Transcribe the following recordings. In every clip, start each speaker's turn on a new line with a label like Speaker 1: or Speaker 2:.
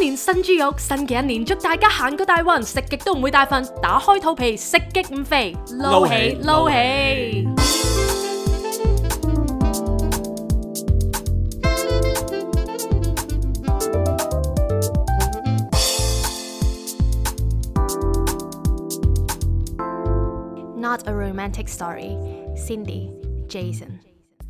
Speaker 1: 年新豬肉，新嘅一年祝大家行個大運，食極都唔會大份，打開肚皮食極唔肥，撈起撈起。Not a romantic story. Cindy, Jason.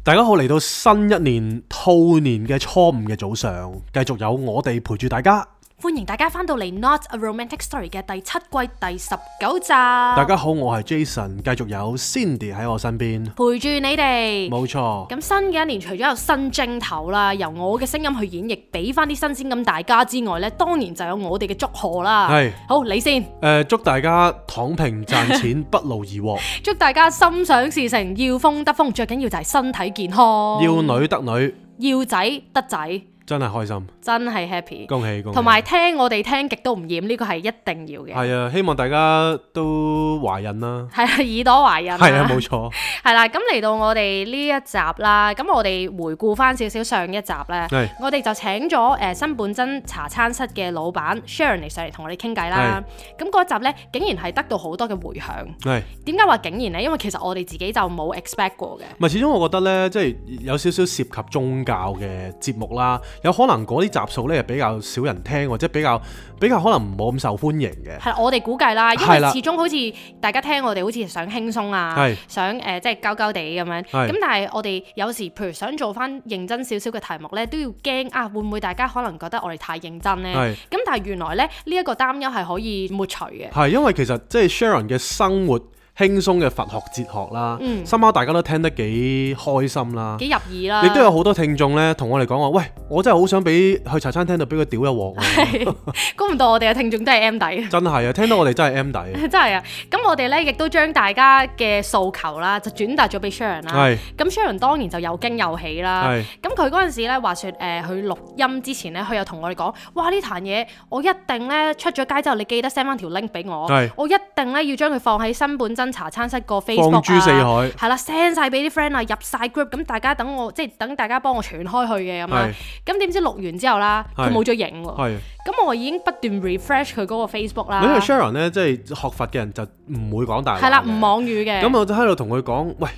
Speaker 2: 大家好，嚟到新一年兔年嘅初五嘅早上，繼續有我哋陪住大家。
Speaker 1: 歡迎大家翻到嚟《Not a Romantic Story》嘅第七季第十九集，
Speaker 2: 大
Speaker 1: 大
Speaker 2: 家好，我係 Jason，繼續有 Cindy 喺我身邊。
Speaker 1: 陪住你哋。
Speaker 2: 冇錯，
Speaker 1: 咁新嘅一年，除咗有新蒸頭啦，由我嘅聲音去演繹，俾翻啲新鮮感大家之外呢，當然就有我哋嘅祝賀啦。
Speaker 2: 係
Speaker 1: 好，你先，
Speaker 2: 誒祝大家躺平賺錢，不勞 而獲，
Speaker 1: 祝大家心想事成，要風得風，最緊要就係身體健康，
Speaker 2: 要女得女，
Speaker 1: 要仔得仔，
Speaker 2: 真係開心，
Speaker 1: 真係 happy。
Speaker 2: 恭喜恭喜！
Speaker 1: 同埋聽我哋聽極都唔厭，呢個係一定要嘅。
Speaker 2: 係啊，希望大家都懷孕啦。
Speaker 1: 係啊，耳朵懷孕。
Speaker 2: 係啊，冇錯，
Speaker 1: 係啦，咁嚟到我哋呢一集啦，咁我哋回顧翻少少上一集
Speaker 2: 係
Speaker 1: 咧，我哋就請咗誒、呃新本真茶餐室嘅老闆 Sharon 嚟上嚟同我哋傾偈啦。咁嗰集咧，竟然係得到好多嘅迴響。
Speaker 2: 係。
Speaker 1: 點解話竟然呢？因為其實我哋自己就冇 expect 過嘅。
Speaker 2: 唔係，始終我覺得呢，即係有少少涉及宗教嘅節目啦，有可能嗰啲集數呢，係比較少人聽，或者比較比較可能冇咁受歡迎嘅。
Speaker 1: 係啦我哋估計啦，因為
Speaker 2: 係啦
Speaker 1: 始終好似大家聽我哋好似想輕鬆啊
Speaker 2: 係，
Speaker 1: 想誒、呃即係鳩鳩地咁樣。
Speaker 2: 係
Speaker 1: 咁但係我哋有時譬如想做翻認真少少嘅題目呢，都要驚啊，會唔會大家可能覺得我哋太認真呢？
Speaker 2: 係
Speaker 1: 咁但係原來咧，呢、一個擔憂係可以抹除嘅。
Speaker 2: 係因為其實即係 Sharon 嘅生活輕鬆嘅佛學哲學啦，
Speaker 1: 嗯
Speaker 2: 深刻大家都聽得幾開心啦。
Speaker 1: 幾入耳啦，
Speaker 2: 亦都有好多聽眾呢，同我哋講話，喂，我真係好想俾去茶餐廳度俾佢屌一鑊喎，
Speaker 1: 估唔到我哋嘅聽眾都係 M 底，
Speaker 2: 真係啊！聽到我哋真係 M 底，
Speaker 1: 真係啊！咁我哋咧亦都將大家嘅訴求啦，就轉達咗俾 Sharon 啦。
Speaker 2: 係
Speaker 1: 咁 Sharon 當然就又驚又喜啦。
Speaker 2: 係
Speaker 1: 咁佢嗰陣時咧話説誒，佢、錄音之前咧，佢又同我哋講：哇！呢壇嘢我一定咧出咗街之後，你記得 send 翻條 link 俾我
Speaker 2: 係，
Speaker 1: 我一定咧要將佢放喺新本真茶餐室個 Facebook
Speaker 2: 放諸四
Speaker 1: 啊
Speaker 2: 海，
Speaker 1: 係啦，send 晒俾啲 friend 啊，入晒 group，咁大家等我，即係等大家幫我傳開去嘅咁樣
Speaker 2: 係。
Speaker 1: 咁點知錄完之後啦，
Speaker 2: 係
Speaker 1: 佢冇咗影喎。
Speaker 2: 係。
Speaker 1: 咁我已經不斷 refresh 佢嗰個 Facebook
Speaker 2: 因為
Speaker 1: 啦，
Speaker 2: Sharon 呢，即係學佛嘅人就唔會講大話嘅。
Speaker 1: 係啦，唔妄語嘅。
Speaker 2: 咁我就喺度同佢講，喂，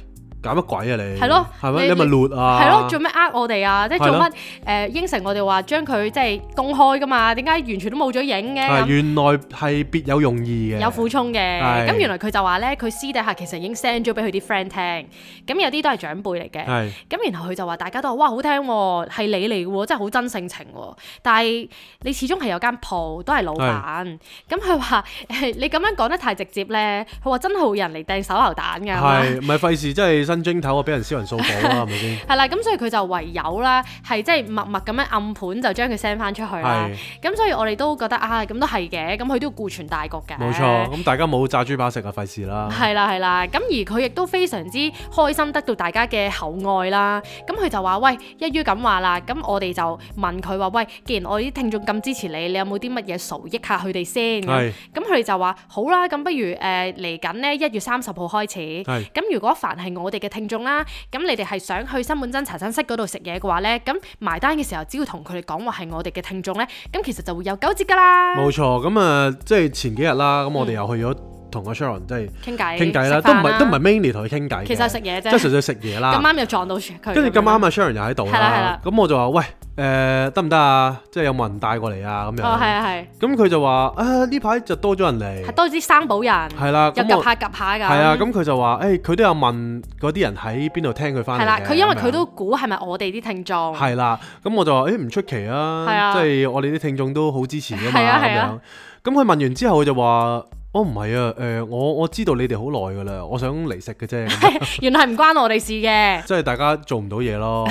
Speaker 2: 搞乜鬼啊你？
Speaker 1: 係咯
Speaker 2: 係咪？
Speaker 1: 你
Speaker 2: 你咪攣啊！
Speaker 1: 係咯，做咩呃我哋啊？即係做
Speaker 2: 係咯
Speaker 1: 乜誒應承我哋話將佢即係公開噶嘛？點解完全都冇咗影嘅？
Speaker 2: 係
Speaker 1: 咁
Speaker 2: 原來係別有用意嘅。
Speaker 1: 有苦衷嘅。
Speaker 2: 係
Speaker 1: 咁原來佢就話咧，佢私底下其實已經 send 咗俾佢啲 friend 聽，咁有啲都係長輩嚟嘅。
Speaker 2: 係
Speaker 1: 咁然後佢就話大家都話哇好聽喎、係你嚟嘅喎，真係好真性情喎、但係你始終係有間鋪，都係老闆。咁佢話 誒你咁樣講得太直接咧，佢話真係會有人嚟掟手榴彈㗎。
Speaker 2: 係，咪費事即係新蒸頭啊，俾人燒人掃火啦，係咪 先？
Speaker 1: 係啦，咁所以佢就唯有啦，係即係默默咁樣暗盤就將佢 send 翻出去啦
Speaker 2: 係。
Speaker 1: 咁所以我哋都覺得啊，咁都係嘅，咁佢都要顧全大局嘅。
Speaker 2: 冇錯。咁大家冇炸豬扒食啊，費事啦。
Speaker 1: 係啦係啦，咁而佢亦都非常之開心得到大家嘅厚愛啦。咁佢就話：喂，一於咁話啦，咁我哋就問佢話：喂，既然我啲聽眾咁支持你，你有冇啲乜嘢受益下佢哋先？咁
Speaker 2: 係
Speaker 1: 咁佢哋就話：好啦，咁不如誒嚟緊呢一月三十號開始。
Speaker 2: 係
Speaker 1: 咁如果凡係我哋嘅聽眾啦，咁你哋係想去新本真茶餐室嗰度食嘢嘅話呢，咁埋單嘅時候只要同佢哋講話係我哋嘅聽眾呢，咁其實就會有九折㗎啦。
Speaker 2: 冇錯。咁啊，即係前幾日啦，咁我哋又去咗同阿 Sharon 即係
Speaker 1: 傾偈，
Speaker 2: 傾偈
Speaker 1: 食飯
Speaker 2: 啦，
Speaker 1: 啊
Speaker 2: 都唔係都唔係 mainly 同佢傾偈嘅。
Speaker 1: 其實係食嘢啫
Speaker 2: 即係純粹食嘢啦。
Speaker 1: 咁啱又撞到佢。
Speaker 2: 跟住咁啱啊，Sharon 又喺度
Speaker 1: 係啦係
Speaker 2: 啦
Speaker 1: 啦，
Speaker 2: 咁我就話喂，誒得唔得啊？即係有冇人帶過嚟啊？咁
Speaker 1: 哦，係
Speaker 2: 樣，
Speaker 1: 啊係，
Speaker 2: 咁佢就話啊呢排就多咗人
Speaker 1: 係
Speaker 2: 嚟，
Speaker 1: 多啲生保人，
Speaker 2: 係啦，
Speaker 1: 又
Speaker 2: 咁
Speaker 1: 夾
Speaker 2: 我
Speaker 1: 下夾下㗎。
Speaker 2: 係啊，咁佢就話誒佢都有問嗰啲人喺邊度聽佢翻嚟
Speaker 1: 係啦，
Speaker 2: 嘅
Speaker 1: 佢因為
Speaker 2: 咁樣
Speaker 1: 佢都估係咪我哋啲聽眾。
Speaker 2: 係啦，咁我就話誒唔出奇
Speaker 1: 哦係啊
Speaker 2: 啊，即係我哋啲聽眾都好支持㗎嘛
Speaker 1: 係啊係啊
Speaker 2: 咁樣，咁佢問完之後佢就話。哦，唔係啊，誒，我我知道你哋好耐㗎啦，我想嚟食嘅啫，咁樣
Speaker 1: 原來係唔關我哋事嘅。
Speaker 2: 即係大家做唔到 嘢咯，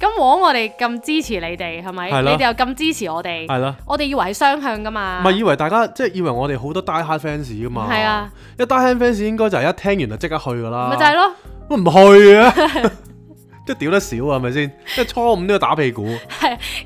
Speaker 1: 咁枉我哋咁支持你哋係咪？
Speaker 2: 係
Speaker 1: 你
Speaker 2: 咯
Speaker 1: 哋又咁支持我哋，
Speaker 2: 係啦。
Speaker 1: 我哋以為係雙向㗎嘛。
Speaker 2: 唔係以為大家即係以為我哋好多 die hard fans 噶嘛？
Speaker 1: 啊係啊，
Speaker 2: 一 die hard fans 應該就係一聽完就即刻去噶啦。
Speaker 1: 咪就係咯。
Speaker 2: 喂，唔去啊！ 即係屌得少啊，係咪先？即係初五都要打 屁股，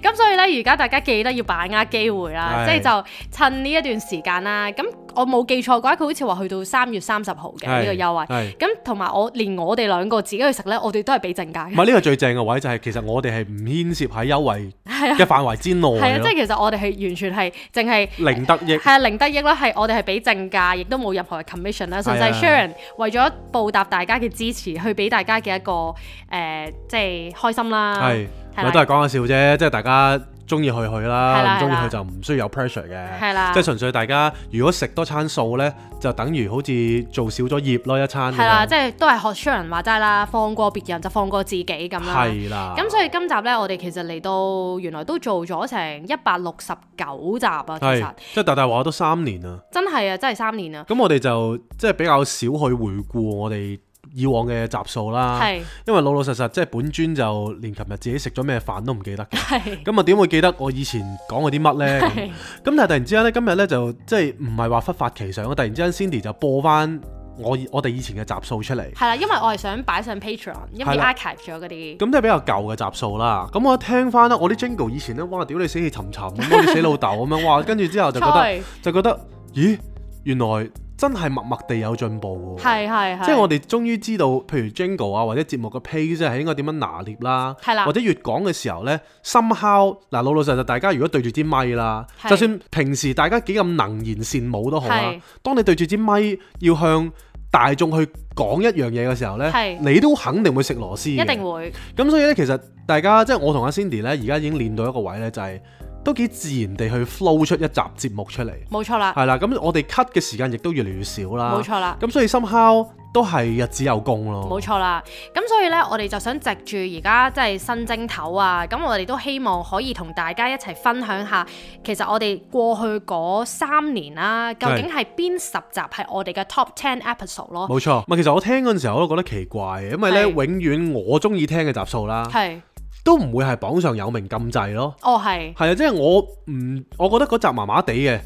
Speaker 1: 咁所以咧，而家大家記得要把握機會啦，
Speaker 2: 係
Speaker 1: 即係就趁呢一段時間啦。咁我冇記錯嘅話，佢好似話去到三月三十號嘅呢個優惠。
Speaker 2: 係。
Speaker 1: 咁同埋我連我哋兩個自己去食呢，我哋都係俾正價
Speaker 2: 唔
Speaker 1: 嘅。
Speaker 2: 係呢個最正嘅位就係其實我哋係唔牽涉喺優惠嘅範圍之內
Speaker 1: 係啊，
Speaker 2: 咯
Speaker 1: 即係其實我哋係完全係淨係。
Speaker 2: 零得益
Speaker 1: 係啊，零得益啦，係我哋係俾正價，亦都冇任何嘅 commission 啦，純粹係
Speaker 2: 係啊
Speaker 1: Sharon 為咗報答大家嘅支持，去俾大家嘅一個誒、呃即係開心啦。
Speaker 2: 係，
Speaker 1: 啊係
Speaker 2: 咪都係講下笑啫，即係大家中意去去
Speaker 1: 係啦
Speaker 2: 啦，唔中意
Speaker 1: 係啦
Speaker 2: 去就唔需要有 pressure 嘅。
Speaker 1: 係啦
Speaker 2: 即係純粹大家如果食多餐素呢，就等於好似做少咗業咯一餐咁
Speaker 1: 係啦，
Speaker 2: 樣。
Speaker 1: 即係都係學 Sharon 話齋啦，放過別人就放過自己咁啦。
Speaker 2: 係啦。
Speaker 1: 咁所以今集呢，我哋其實嚟到原來都做咗成一百六十九集啊，其實
Speaker 2: 係，即係大大話都三年啦。
Speaker 1: 真係啊，真係三年啊，
Speaker 2: 咁我哋就即係比較少去回顧我哋以往嘅集數啦。
Speaker 1: 係
Speaker 2: 因為老老實實即係本尊就連琴日自己食咗咩飯都唔記得嘅。
Speaker 1: 係
Speaker 2: 咁啊點會記得我以前講過啲 乜呢？咁
Speaker 1: 係
Speaker 2: 咁但係突然之間咧，今日咧就即係唔係話忽發奇想，啊突然之間 Cindy 就播翻我以我哋以前嘅集數出嚟，
Speaker 1: 係啦，因為我係想擺上 Patreon，因為
Speaker 2: 係啦
Speaker 1: archive 咗嗰啲。
Speaker 2: 咁都係比較舊嘅集數啦。咁我一聽翻啦，我啲 Jingle 以前咧，哇！屌你死氣沉沉咁，好似死老豆咁樣，哇！跟住之後就覺得
Speaker 1: 菜
Speaker 2: 就覺得，咦，原來真係默默地有進步喎。
Speaker 1: 係係係，
Speaker 2: 即係我哋終於知道，譬如 Jingle 啊，或者節目嘅 pace 係應該點樣拿捏啦，
Speaker 1: 係啦
Speaker 2: 或者越講嘅時候呢 somehow 嗱老老實實，大家如果對住支咪啦，
Speaker 1: 係
Speaker 2: 就算平時大家幾咁能言善舞都好啦
Speaker 1: 係，
Speaker 2: 當你對住支咪要向大眾去講一樣嘢嘅時候呢
Speaker 1: 係，
Speaker 2: 你都肯定會食螺絲
Speaker 1: 一
Speaker 2: 嘅。
Speaker 1: 定會
Speaker 2: 咁所以呢，其實大家即係我同阿 Cindy 呢，而家已經練到一個位呢，就係、都幾自然地去 flow 出一集節目出嚟。
Speaker 1: 冇錯啦，
Speaker 2: 係啊啦，咁我哋 cut 嘅時間亦都越嚟越少啦。
Speaker 1: 啊冇錯啦。
Speaker 2: 咁所以 somehow 都係日子有功咯。
Speaker 1: 冇錯啦，咁所以呢，我哋就想藉住而家即係新蒸頭啊，咁我哋都希望可以同大家一齊分享下，其實我哋過去嗰三年啦、究竟係邊十集係我哋嘅 Top Ten episode 咯？
Speaker 2: 冇錯，哦咪其實我聽嗰陣時候我都覺得奇怪嘅，因為咧
Speaker 1: 係
Speaker 2: 永遠我中意聽嘅集數啦，
Speaker 1: 係，
Speaker 2: 都唔會係榜上有名咁滯咯。
Speaker 1: 哦係，
Speaker 2: 係啊，即係我唔，我覺得嗰集麻麻地嘅，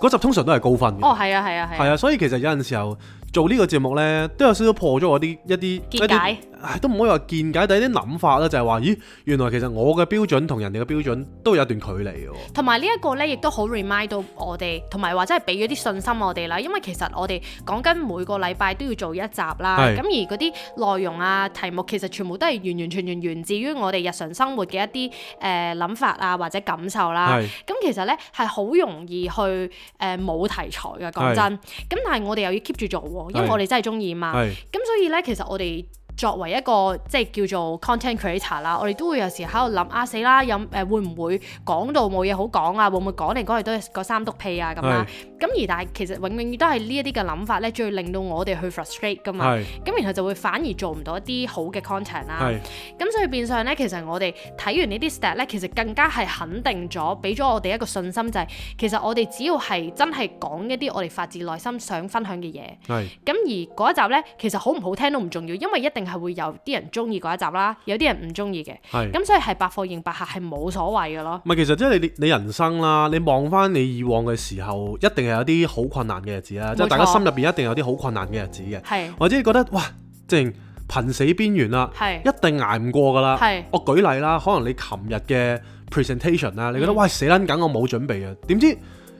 Speaker 2: 嗰集通常都係高分嘅。
Speaker 1: 哦係啊係啊係
Speaker 2: 係
Speaker 1: 啊，
Speaker 2: 啊，所以其實有陣時候做呢個節目呢，都有少少破咗我啲一啲一
Speaker 1: 見
Speaker 2: 啲
Speaker 1: 解
Speaker 2: 唉都唔可以話見解，但係啲諗法啦，就係話，咦，原來其實我嘅標準同人哋嘅標準都有一段距離嘅喎。
Speaker 1: 同埋呢一個呢，亦都好 remind 到我哋，同埋話真係俾咗啲信心我哋啦。因為其實我哋講緊每個禮拜都要做一集啦，
Speaker 2: 係
Speaker 1: 咁而嗰啲內容啊、題目其實全部都係完完全全源自於我哋日常生活嘅一啲誒諗法啊或者感受啦。
Speaker 2: 係
Speaker 1: 咁其實呢係好容易去誒冇、題材嘅，講
Speaker 2: 係
Speaker 1: 真。咁但係我哋又要 keep 住做喎，因為
Speaker 2: 係
Speaker 1: 我哋真係中意嘛。
Speaker 2: 係
Speaker 1: 咁所以咧，其實我哋作為一個即係叫做 content creator 啦，我哋都會有時喺度諗啊死啦，有誒、呃、會唔會講到冇嘢好講啊？會唔會講嚟講去都係嗰三篤屁啊咁啦？咁而但係其實永遠都係呢一啲嘅諗法咧，最令到我哋去 frustrate 噶嘛。
Speaker 2: 係
Speaker 1: 咁啊然後就會反而做唔到一啲好嘅 content 啦。
Speaker 2: 係
Speaker 1: 咁所以變相咧，其實我哋睇完呢啲 stat 咧，其實更加係肯定咗，俾咗我哋一個信心，就係、其實我哋只要係真係講一啲我哋發自內心想分享嘅嘢。
Speaker 2: 係
Speaker 1: 咁而嗰一集呢，其實好唔好聽都唔重要，因為一定係會有啲人中意嗰一集啦，有啲人唔中意嘅。
Speaker 2: 係。
Speaker 1: 咁啊所以係百貨應百客係冇所謂嘅咯。
Speaker 2: 唔係，其實即係你你人生啦，你望翻你以往嘅時候，一定係有啲好困難嘅日子啦，即
Speaker 1: 冇錯
Speaker 2: 係大家心入邊一定有啲好困難嘅日子嘅，
Speaker 1: 係
Speaker 2: 或者你覺得哇，正瀕死邊緣啦，一
Speaker 1: 係
Speaker 2: 定捱唔過㗎啦。
Speaker 1: 係
Speaker 2: 我舉例啦，可能你琴日嘅 presentation 啦，你覺得
Speaker 1: 嗯
Speaker 2: 喂死撚緊，我冇準備啊，點知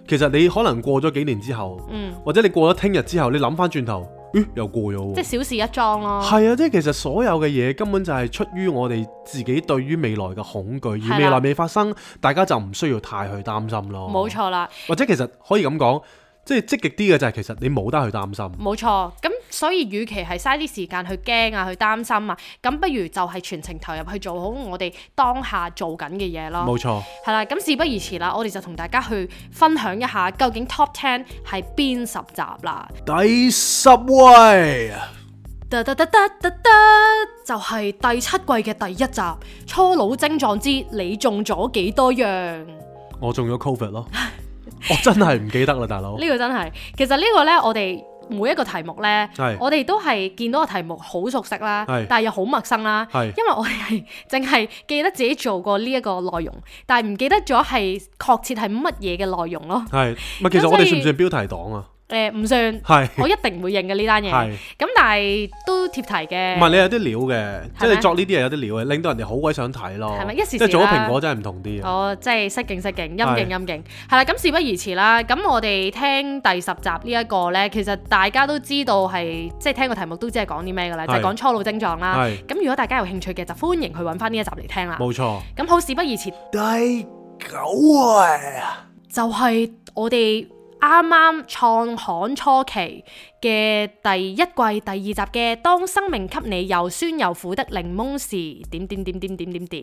Speaker 2: 其實你可能過咗幾年之後，
Speaker 1: 嗯，
Speaker 2: 或者你過咗聽日之後，你諗翻轉頭，咦又過咗喎
Speaker 1: 即係。小事一樁咯。
Speaker 2: 係啊，即係其實所有嘅嘢根本就係出於我哋自己對於未來嘅恐
Speaker 1: 係
Speaker 2: 懼，
Speaker 1: 啦
Speaker 2: 而未來未發生，大家就唔需要太去擔心咯。
Speaker 1: 冇，錯啦，
Speaker 2: 或者其實可以咁講，即係積極啲嘅就係其實你冇得去擔心。
Speaker 1: 冇錯。咁所以，與其係嘥啲時間去驚啊、去擔心啊，咁不如就係全程投入去做好我哋當下做緊嘅嘢咯。
Speaker 2: 冇錯，
Speaker 1: 係啦，咁事不宜遲啦，我哋就同大家去分享一下究竟 Top Ten 係邊十集啦。
Speaker 2: 第十位
Speaker 1: 得得得得得得，就係、第七季嘅第一集《初老症狀之你中咗幾多樣》呢、
Speaker 2: 我中咗 Covid 咯，我真係唔記得啦，大佬。
Speaker 1: 個真係，其實呢個呢，我哋每一個題目呢，
Speaker 2: 係
Speaker 1: 我哋都係見到個題目好熟悉啦
Speaker 2: 係，
Speaker 1: 但係又好陌生啦，因
Speaker 2: 係
Speaker 1: 為我哋係淨係記得自己做過呢一個內容，但係唔記得咗係確切係乜嘢嘅內容咯。
Speaker 2: 係，唔係其
Speaker 1: 咁
Speaker 2: 實我
Speaker 1: 所以
Speaker 2: 哋算唔算標題黨啊？
Speaker 1: 誒唔算，
Speaker 2: 係
Speaker 1: 我一定會認嘅呢單嘢。
Speaker 2: 係。
Speaker 1: 咁但係都貼題嘅。
Speaker 2: 唔係你有啲料嘅，即係
Speaker 1: 咩
Speaker 2: 你作呢啲嘢有啲料嘅，令到人哋好鬼想睇咯。
Speaker 1: 係咪一時時
Speaker 2: 即係做咗
Speaker 1: 啦
Speaker 2: 蘋果真係唔同啲啊！
Speaker 1: 哦，即係失敬失敬，陰
Speaker 2: 係
Speaker 1: 敬陰敬，係啦。咁事不宜遲啦。咁我哋聽第十集呢一個呢，其實大家都知道係即係聽個題目都知係講啲咩㗎啦，就係
Speaker 2: 係
Speaker 1: 講初老症狀啦。
Speaker 2: 係
Speaker 1: 咁如果大家有興趣嘅，就歡迎去揾翻呢一集嚟聽啦。
Speaker 2: 冇錯。
Speaker 1: 咁好事不宜遲，
Speaker 2: 第九位
Speaker 1: 就係、我哋啱啱創刊初期嘅第一季第二集嘅《當生命給你又酸又苦的檸檬時》，點點點點點點點，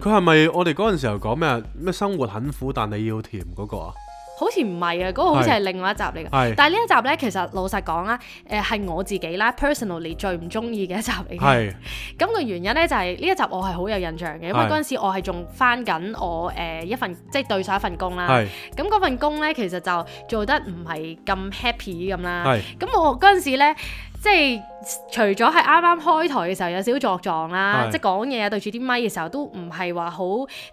Speaker 2: 佢係咪我哋嗰陣時候講咩啊咩生活很苦，但你要甜嗰個啊？
Speaker 1: 好似唔係啊，嗰、個好似係另外一集嚟嘅。
Speaker 2: 係
Speaker 1: 但係呢一集呢，其實老實講啦，誒、係我自己啦，personally 最唔中意嘅一集嚟嘅。
Speaker 2: 係
Speaker 1: 咁個原因呢，就係、呢一集我係好有印象嘅，因為
Speaker 2: 係
Speaker 1: 嗰陣時我係仲翻緊我誒、一份即係對上一份工啦。
Speaker 2: 係
Speaker 1: 咁嗰份工呢，其實就做得唔係咁 happy 咁啦。
Speaker 2: 係
Speaker 1: 咁我嗰陣時呢。即係除咗係啱啱開台嘅時候有少少作狀啦，
Speaker 2: 係
Speaker 1: 即係講嘢啊對住啲咪嘅時候都唔係話好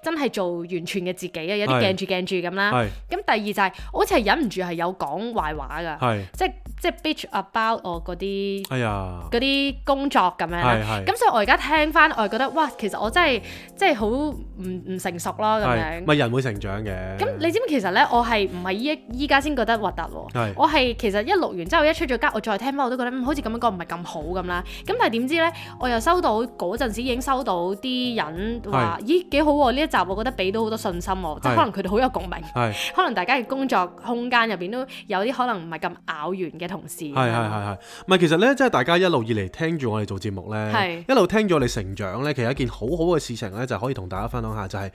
Speaker 1: 真係做完全嘅自己啊，有啲
Speaker 2: 係
Speaker 1: 鏡住鏡住咁啦。
Speaker 2: 係
Speaker 1: 咁第二就係、我好似係忍唔住係有講壞話㗎，
Speaker 2: 係，
Speaker 1: 即係即係 bitch about 我嗰啲
Speaker 2: 哎呀，
Speaker 1: 嗰啲工作咁樣啦。
Speaker 2: 係係
Speaker 1: 咁所以我而家聽翻，我係覺得哇，其實我真係即係好唔唔成熟咯咁
Speaker 2: 係，
Speaker 1: 樣。
Speaker 2: 咪人會成長嘅。
Speaker 1: 咁你知唔知其實咧，我係唔係依一依家先覺得核突喎
Speaker 2: 係？
Speaker 1: 我係其實一錄完之後一出咗街，我再聽翻我都覺得嗯好似咁樣講唔係咁好咁啦。咁但係點知咧，我又收到嗰陣時已經收到啲人話，咦幾好喎呢一集，我覺得俾到好多信心喎，即係
Speaker 2: 係
Speaker 1: 可能佢哋好有共鳴。
Speaker 2: 係
Speaker 1: 可能大家嘅工作空間入邊都有啲可能唔係咁咬完嘅同事。
Speaker 2: 係係係
Speaker 1: 啊
Speaker 2: 係，唔係其實咧，即係大家一路以嚟聽住我哋做節目
Speaker 1: 係
Speaker 2: 咧，一路聽住我哋成長咧，其實一件好好嘅事情咧，就可以同大家分享下，就係、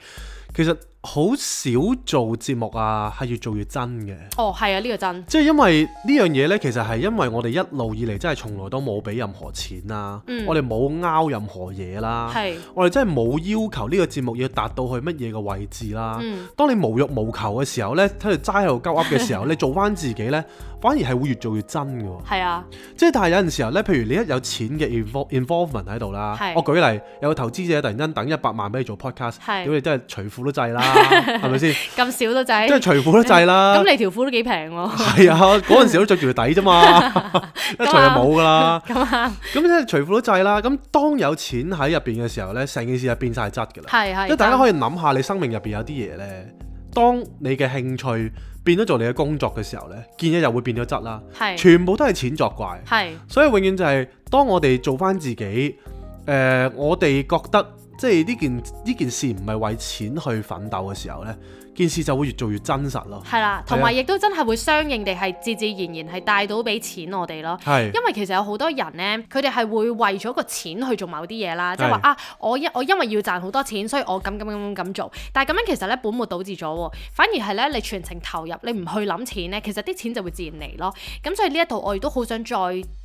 Speaker 2: 其實好少做節目啊，係越做越真嘅。
Speaker 1: 哦，係啊，呢、個真。
Speaker 2: 即係因為呢樣嘢呢，其實係因為我哋一路以嚟真係從來都冇俾任何錢啦，
Speaker 1: 嗯
Speaker 2: 我哋冇拗任何嘢啦，
Speaker 1: 係
Speaker 2: 我哋真係冇要求呢個節目要達到去乜嘢嘅位置啦。
Speaker 1: 嗯
Speaker 2: 當你無欲無求嘅時候呢，喺度齋喺度鳩噏嘅時候，你做翻自己呢，反而係會越做越真嘅喎。
Speaker 1: 係啊，
Speaker 2: 即係但係有陣時候呢，譬如你一有錢嘅 invol- involvement 喺度啦
Speaker 1: 係，
Speaker 2: 我舉例有個投資者突然間等一百萬俾你做 podcast，
Speaker 1: 係
Speaker 2: 屌你真係除褲都制 啦，係咪先？
Speaker 1: 咁少都仔
Speaker 2: 即。係啊除褲都制啦。
Speaker 1: 咁你條褲都幾平喎。
Speaker 2: 係啊，嗰陣時都着住條底 啫嘛，一除就冇噶啦。
Speaker 1: 啊咁啊，
Speaker 2: 咁即係除褲都制啦。咁當有錢喺入邊嘅時候呢，成件事就變晒質噶啦。
Speaker 1: 係係。
Speaker 2: 即係大家
Speaker 1: 以。
Speaker 2: 可以諗下，你生命入邊有啲嘢呢，當你嘅興趣變咗做你嘅工作嘅時候呢，見嘢又會變咗質啦。
Speaker 1: 係
Speaker 2: 全部都係錢作怪，
Speaker 1: 係
Speaker 2: 所以永遠就係當我哋做翻自己，誒、我哋覺得即係呢件呢件事唔係為錢去奮鬥嘅時候呢，件事就會越做越真實咯。
Speaker 1: 係啦，同
Speaker 2: 啊
Speaker 1: 埋亦都真係會相應地係自自然然係帶到俾錢我哋咯。
Speaker 2: 係
Speaker 1: 因為其實有好多人呢，佢哋係會為咗個錢去做某啲嘢啦，即係話
Speaker 2: 係
Speaker 1: 啊，我因我因為要賺好多錢，所以我咁咁咁咁做。但係咁樣其實呢，本末倒置咗喎，反而係呢，你全程投入，你唔去諗錢呢，其實啲錢就會自然嚟咯。咁所以呢一度我亦都好想再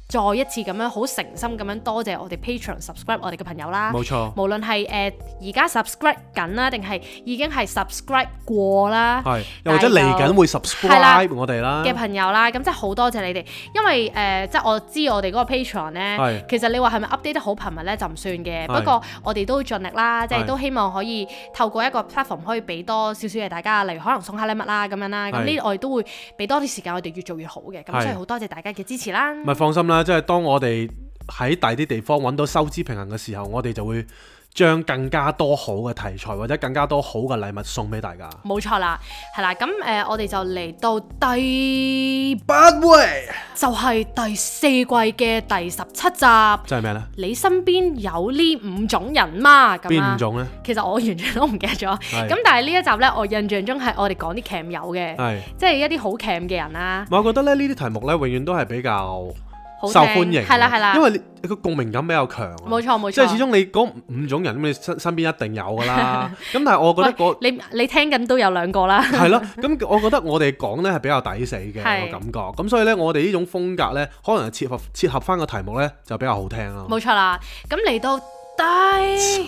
Speaker 1: 再一次咁樣好誠心咁樣多謝我哋 Patreon subscribe 我哋嘅朋友啦。
Speaker 2: 冇錯，
Speaker 1: 無論係誒而家 subscribe 緊啦，定係已經係 subscribe 過啦，
Speaker 2: 係又或者嚟緊會 subscribe 我哋啦，
Speaker 1: 嘅朋友啦，咁真係好多謝你哋，因為誒、呃即係我知我哋嗰個 Patreon 咧
Speaker 2: 係，
Speaker 1: 其實你話係咪 update 得好頻密咧就唔算嘅，
Speaker 2: 係
Speaker 1: 不過我哋都盡力啦，即係
Speaker 2: 係
Speaker 1: 都希望可以透過一個 platform 可以俾多少少嘢大家，例如可能送下禮物啦咁樣啦，咁
Speaker 2: 係
Speaker 1: 呢啲我哋都會俾多啲時間我哋越做越好嘅，咁
Speaker 2: 係
Speaker 1: 所以好多謝大家嘅支持啦，
Speaker 2: 咪放心啦，即係當我哋喺第啲地方揾到收支平衡嘅時候，我哋就會將更加多好嘅題材或者更加多好嘅禮物送俾大家。
Speaker 1: 冇錯啦，係啦，咁誒、呃我哋就嚟到第
Speaker 2: 八位
Speaker 1: 就係第四季嘅第十七集。
Speaker 2: 即係咩呢？
Speaker 1: 你身邊有呢五種人嗎？咁啊
Speaker 2: 邊
Speaker 1: 啦
Speaker 2: 五，種呢？
Speaker 1: 其實我完全都唔記得咗。
Speaker 2: 係啊
Speaker 1: 咁但係呢一集呢，我印象中係我哋講啲 cam 友嘅，
Speaker 2: 係，
Speaker 1: 即係一啲好 cam 嘅人啦，
Speaker 2: 我覺得咧呢啲題目呢，永遠都係比較
Speaker 1: 好
Speaker 2: 受
Speaker 1: 聽
Speaker 2: 歡迎嘅，
Speaker 1: 係啦係啦，
Speaker 2: 因為你個共鳴感比較強啊。
Speaker 1: 冇錯冇錯，
Speaker 2: 即係始終你嗰五種人咁，你身身邊一定有㗎啦。 咁但係我覺得嗰
Speaker 1: 你你聽緊都有兩個 啦，
Speaker 2: 係咯，咁我覺得我哋講呢係比較抵死嘅
Speaker 1: 係
Speaker 2: 個感覺，咁所以呢，我哋呢種風格呢，可能係切合切合翻個題目呢，就比較好聽咯。
Speaker 1: 冇錯啦。咁嚟到第
Speaker 2: 七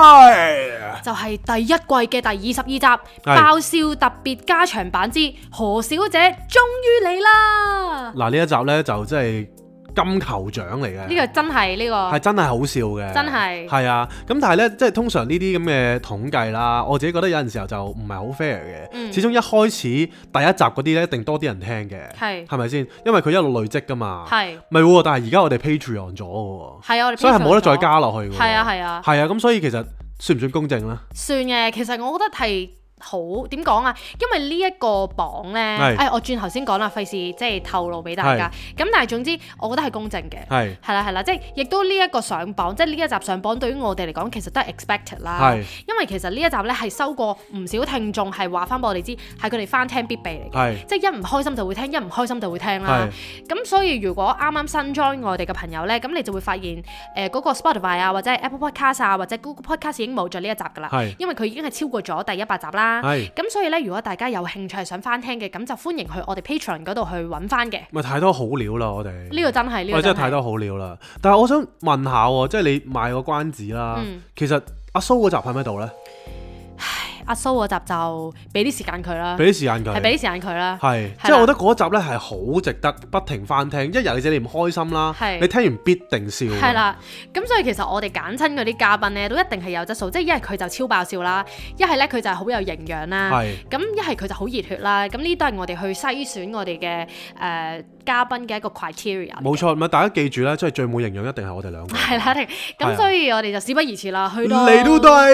Speaker 2: 位
Speaker 1: 就係第一季嘅第二十二集《
Speaker 2: 係
Speaker 1: 爆笑特別加長版之何小姐終於嚟啦》。
Speaker 2: 嗱呢一集呢，就真係金球獎嚟嘅。
Speaker 1: 呢個真係呢
Speaker 2: 係
Speaker 1: 個
Speaker 2: 真係好笑嘅，
Speaker 1: 真係
Speaker 2: 係啊。咁但係呢，即係通常呢啲咁嘅統計啦，我自己覺得有陣時候就唔係好 fair 嘅。
Speaker 1: 嗯
Speaker 2: 始終一開始第一集嗰啲呢，一定多啲人聽嘅，
Speaker 1: 係
Speaker 2: 係咪先？因為佢一路累積㗎嘛。
Speaker 1: 係
Speaker 2: 咪喎，但係而家我哋 Patreon 咗嘅
Speaker 1: 係啊，我
Speaker 2: 喎，
Speaker 1: 哋
Speaker 2: 所以係
Speaker 1: Patreon
Speaker 2: 冇得再
Speaker 1: 咗
Speaker 2: 加落去嘅喎。
Speaker 1: 係啊係啊，
Speaker 2: 係啊，咁所以其實算唔算公正呢？
Speaker 1: 算嘅。其實我覺得係好點講啊，因為呢一個榜呢，哎
Speaker 2: 係
Speaker 1: 誒我轉頭先講啦，費事即係透露俾大家。咁但係總之，我覺得係公正嘅。
Speaker 2: 係
Speaker 1: 係啦係啦，即係亦都呢一個上榜，即係呢一集上榜對於我哋嚟講其實都係 expected 啦。
Speaker 2: 係
Speaker 1: 因為其實呢一集呢係收過唔少聽眾係話翻俾我哋知，係佢哋翻聽必備嚟嘅。
Speaker 2: 係
Speaker 1: 即係一唔開心就會聽，一唔開心就會聽啦
Speaker 2: 係。
Speaker 1: 咁所以如果啱啱新 join 我哋嘅朋友呢，咁你就會發現誒嗰、個 Spotify 啊，或者係 Apple Podcast 啊，或者 Google Podcast 已經冇咗呢一集㗎啦，
Speaker 2: 係
Speaker 1: 因為佢已經係超過咗第一百集啦。
Speaker 2: 係，
Speaker 1: 咁所以呢，如果大家有興趣係想翻聽嘅，咁就歡迎去我哋 Patreon 嗰度去揾翻嘅。
Speaker 2: 咪太多好料啦，我哋
Speaker 1: 呢個真係呢
Speaker 2: 嗯喂
Speaker 1: 個
Speaker 2: 真
Speaker 1: 真
Speaker 2: 係太
Speaker 1: 係。
Speaker 2: 多好料啦。但係我想問下喎，即係你賣個關子啦，
Speaker 1: 嗯
Speaker 2: 其實阿蘇嗰集喺咪度呢？
Speaker 1: 阿蘇嗰集就俾啲時間佢啦，
Speaker 2: 俾啲時間
Speaker 1: 啊係
Speaker 2: 佢
Speaker 1: 俾。啲時間佢啦。
Speaker 2: 係，
Speaker 1: 係
Speaker 2: 即係
Speaker 1: 啦
Speaker 2: 我覺得嗰集呢係好值得不停翻聽，一尤其是你唔開心啦，
Speaker 1: 係
Speaker 2: 你聽完必定笑。
Speaker 1: 係，啦，咁所以其實我哋揀親嗰啲嘉賓咧，都一定係有質素，即係一係佢就超爆笑啦，一係咧佢就係好有營養啦，
Speaker 2: 係
Speaker 1: 咁一係佢就好熱血啦，咁呢都係我哋去篩選我哋嘅誒嘉賓嘅一個 criteria 嚟嘅。
Speaker 2: 冇錯，咪大家記住啦，即係最冇營養一定係我哋兩個。
Speaker 1: 係啦，一定
Speaker 2: 係啊
Speaker 1: 咁所以我哋就事不宜遲啦，去到
Speaker 2: 嚟到大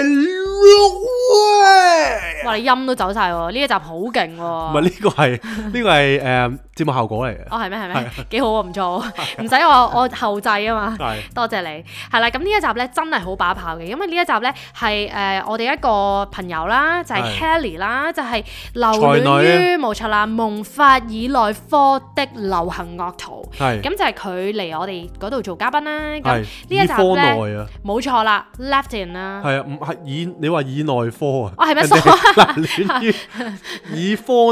Speaker 2: 陸喂
Speaker 1: 哇，你音都走晒喎，呢一集好勁喎。
Speaker 2: 啊
Speaker 1: 哦
Speaker 2: 唔係呢個係 呢個係誒節目效果嚟嘅，
Speaker 1: 係咩係
Speaker 2: 啊
Speaker 1: 咩？幾好啊喎，唔 錯，唔使我我後製啊嘛。
Speaker 2: 係
Speaker 1: 多謝你，係啦，咁呢一集咧真係好把炮嘅，因為呢一集咧係誒我哋一個朋友啦，就係、
Speaker 2: 係
Speaker 1: Kelly 啦，就係流
Speaker 2: 才
Speaker 1: 戀
Speaker 2: 女
Speaker 1: 於冇錯啦，蒙法以內科的流行樂圖，
Speaker 2: 係
Speaker 1: 咁就係佢嚟我哋嗰度做嘉賓啦，咁
Speaker 2: 係
Speaker 1: 呢一集
Speaker 2: 科
Speaker 1: 咧
Speaker 2: 內啊，
Speaker 1: 冇錯啦，Left In 啦。
Speaker 2: 係啊，唔係以你話以內科啊，
Speaker 1: 哦係咩
Speaker 2: 人哋 嗱戀於以科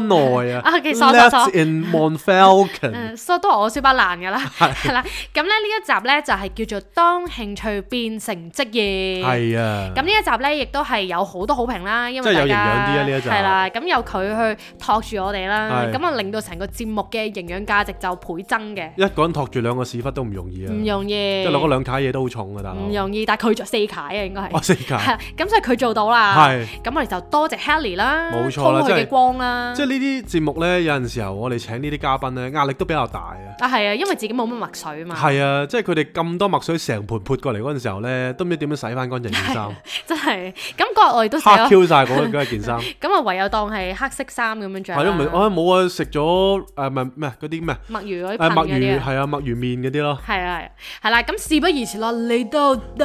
Speaker 2: 內啊
Speaker 1: 啊，OK，sorry，嗯
Speaker 2: ，Left
Speaker 1: sorry，sorry
Speaker 2: in Monfalcon
Speaker 1: 誒，所以都係我書包爛 㗎啦，係啦。咁咧呢一集咧就係叫做當興趣變成職業，
Speaker 2: 係啊，
Speaker 1: 咁呢一集咧，亦都係有好多好評啦，因
Speaker 2: 即係
Speaker 1: 為
Speaker 2: 有
Speaker 1: 大家
Speaker 2: 營養啲啊呢一集
Speaker 1: 係啦，咁有佢去托住我哋啦，
Speaker 2: 係
Speaker 1: 咁啊令到成個節目嘅營養價值就倍增嘅，
Speaker 2: 一個人托住兩個屎忽都唔容易啊，
Speaker 1: 唔容易，
Speaker 2: 即係攞嗰兩卡嘢都好重啊，大哦佬
Speaker 1: 唔，容易，但嗯係佢做四解啊，應該
Speaker 2: 哇
Speaker 1: 係，啊嗯
Speaker 2: 四卡，
Speaker 1: 咁所以佢做到啦，
Speaker 2: 係
Speaker 1: 咁我哋就多謝 Helly 啦，
Speaker 2: 冇錯啦
Speaker 1: 通
Speaker 2: 即係
Speaker 1: 佢嘅光啦
Speaker 2: 即係，呢啲節目呢，有陣時候我哋請呢啲嘉賓呢，壓力都比較大啊。
Speaker 1: 啊係啊，因為自己冇乜墨水啊嘛，
Speaker 2: 係啊，即係佢哋咁多墨水成盤潑過嚟嗰陣時候呢，都唔知點樣洗翻乾淨件衫，
Speaker 1: 真係，啊咁嗰日我哋都寫
Speaker 2: 黑
Speaker 1: 咗，
Speaker 2: Q 晒嗰 嗰一件衫。
Speaker 1: 咁啊唯有當係黑色衫咁樣
Speaker 2: 係
Speaker 1: 着
Speaker 2: 咯，咪
Speaker 1: 啦，
Speaker 2: 啊冇啊，食咗誒咪咩嗰啲咩
Speaker 1: 墨魚嗰啲
Speaker 2: 誒
Speaker 1: 噴
Speaker 2: 墨
Speaker 1: 嗰啲
Speaker 2: 魚
Speaker 1: 啊。
Speaker 2: 係啊墨魚面嗰啲咯。
Speaker 1: 係啊，係啊係啦，咁事不宜遲啦，嚟到底。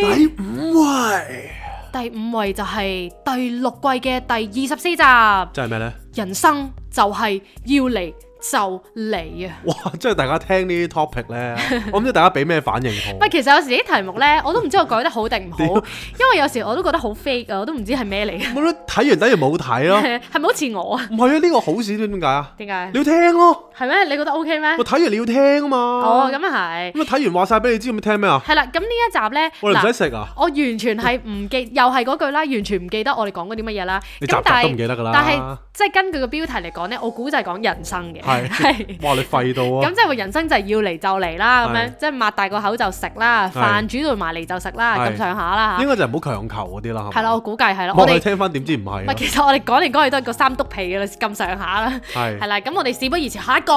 Speaker 2: 第五位
Speaker 1: 第五位就係第六季嘅第二十四集，《
Speaker 2: 即係咩呢？
Speaker 1: 人生就係要嚟就嚟》啊！
Speaker 2: 哇！即係大家聽呢啲 topic 呢， 我唔知大家俾咩反應好
Speaker 1: 喂，。其實有時啲題目呢，我都唔知我改得好定唔好，
Speaker 2: 屌
Speaker 1: 因為有時我都覺得好 fake 啊，我都唔知係咩嚟嘅，
Speaker 2: 冇得睇完等於冇 睇咯。
Speaker 1: 係咪好似我啊？
Speaker 2: 唔係啊，呢個好事點解啊？
Speaker 1: 點解
Speaker 2: 你？要聽咯，
Speaker 1: 係咩？你覺得 OK 咩
Speaker 2: 我？睇完你要聽啊嘛。
Speaker 1: 哦，咁啊係，
Speaker 2: 咁啊睇完話晒俾你知，咁你聽咩啊？
Speaker 1: 係啦，咁呢一集
Speaker 2: 我
Speaker 1: 呢，
Speaker 2: 哋唔
Speaker 1: 嗱，
Speaker 2: 使食啊？
Speaker 1: 我完全係唔記， 又係嗰句啦，完全唔記得我哋講過啲乜嘢啦。
Speaker 2: 你集
Speaker 1: 咁
Speaker 2: 集
Speaker 1: 但
Speaker 2: 都唔
Speaker 1: 係
Speaker 2: 記得㗎啦。
Speaker 1: 但係即係根據個標題嚟講呢，我估就係講人生嘅，
Speaker 2: 係
Speaker 1: 係。
Speaker 2: 哇！你廢到
Speaker 1: 咁
Speaker 2: 啊！
Speaker 1: 即係話人生就係要嚟就嚟啦，咁
Speaker 2: 係
Speaker 1: 樣即係擘大個口就食啦，
Speaker 2: 係
Speaker 1: 飯煮到埋嚟就食啦，
Speaker 2: 係
Speaker 1: 咁上下啦
Speaker 2: 應
Speaker 1: 嚇。
Speaker 2: 該就唔好強求嗰啲啦。
Speaker 1: 啊係啦，我估計係啦，
Speaker 2: 我
Speaker 1: 我
Speaker 2: 哋
Speaker 1: 哋
Speaker 2: 聽翻點知唔係
Speaker 1: 唔係？
Speaker 2: 啊
Speaker 1: 其實我哋講嚟講去都係個三篤屁嘅啦，咁上下啦。
Speaker 2: 係
Speaker 1: 係啦，咁我哋事不宜遲，下一個，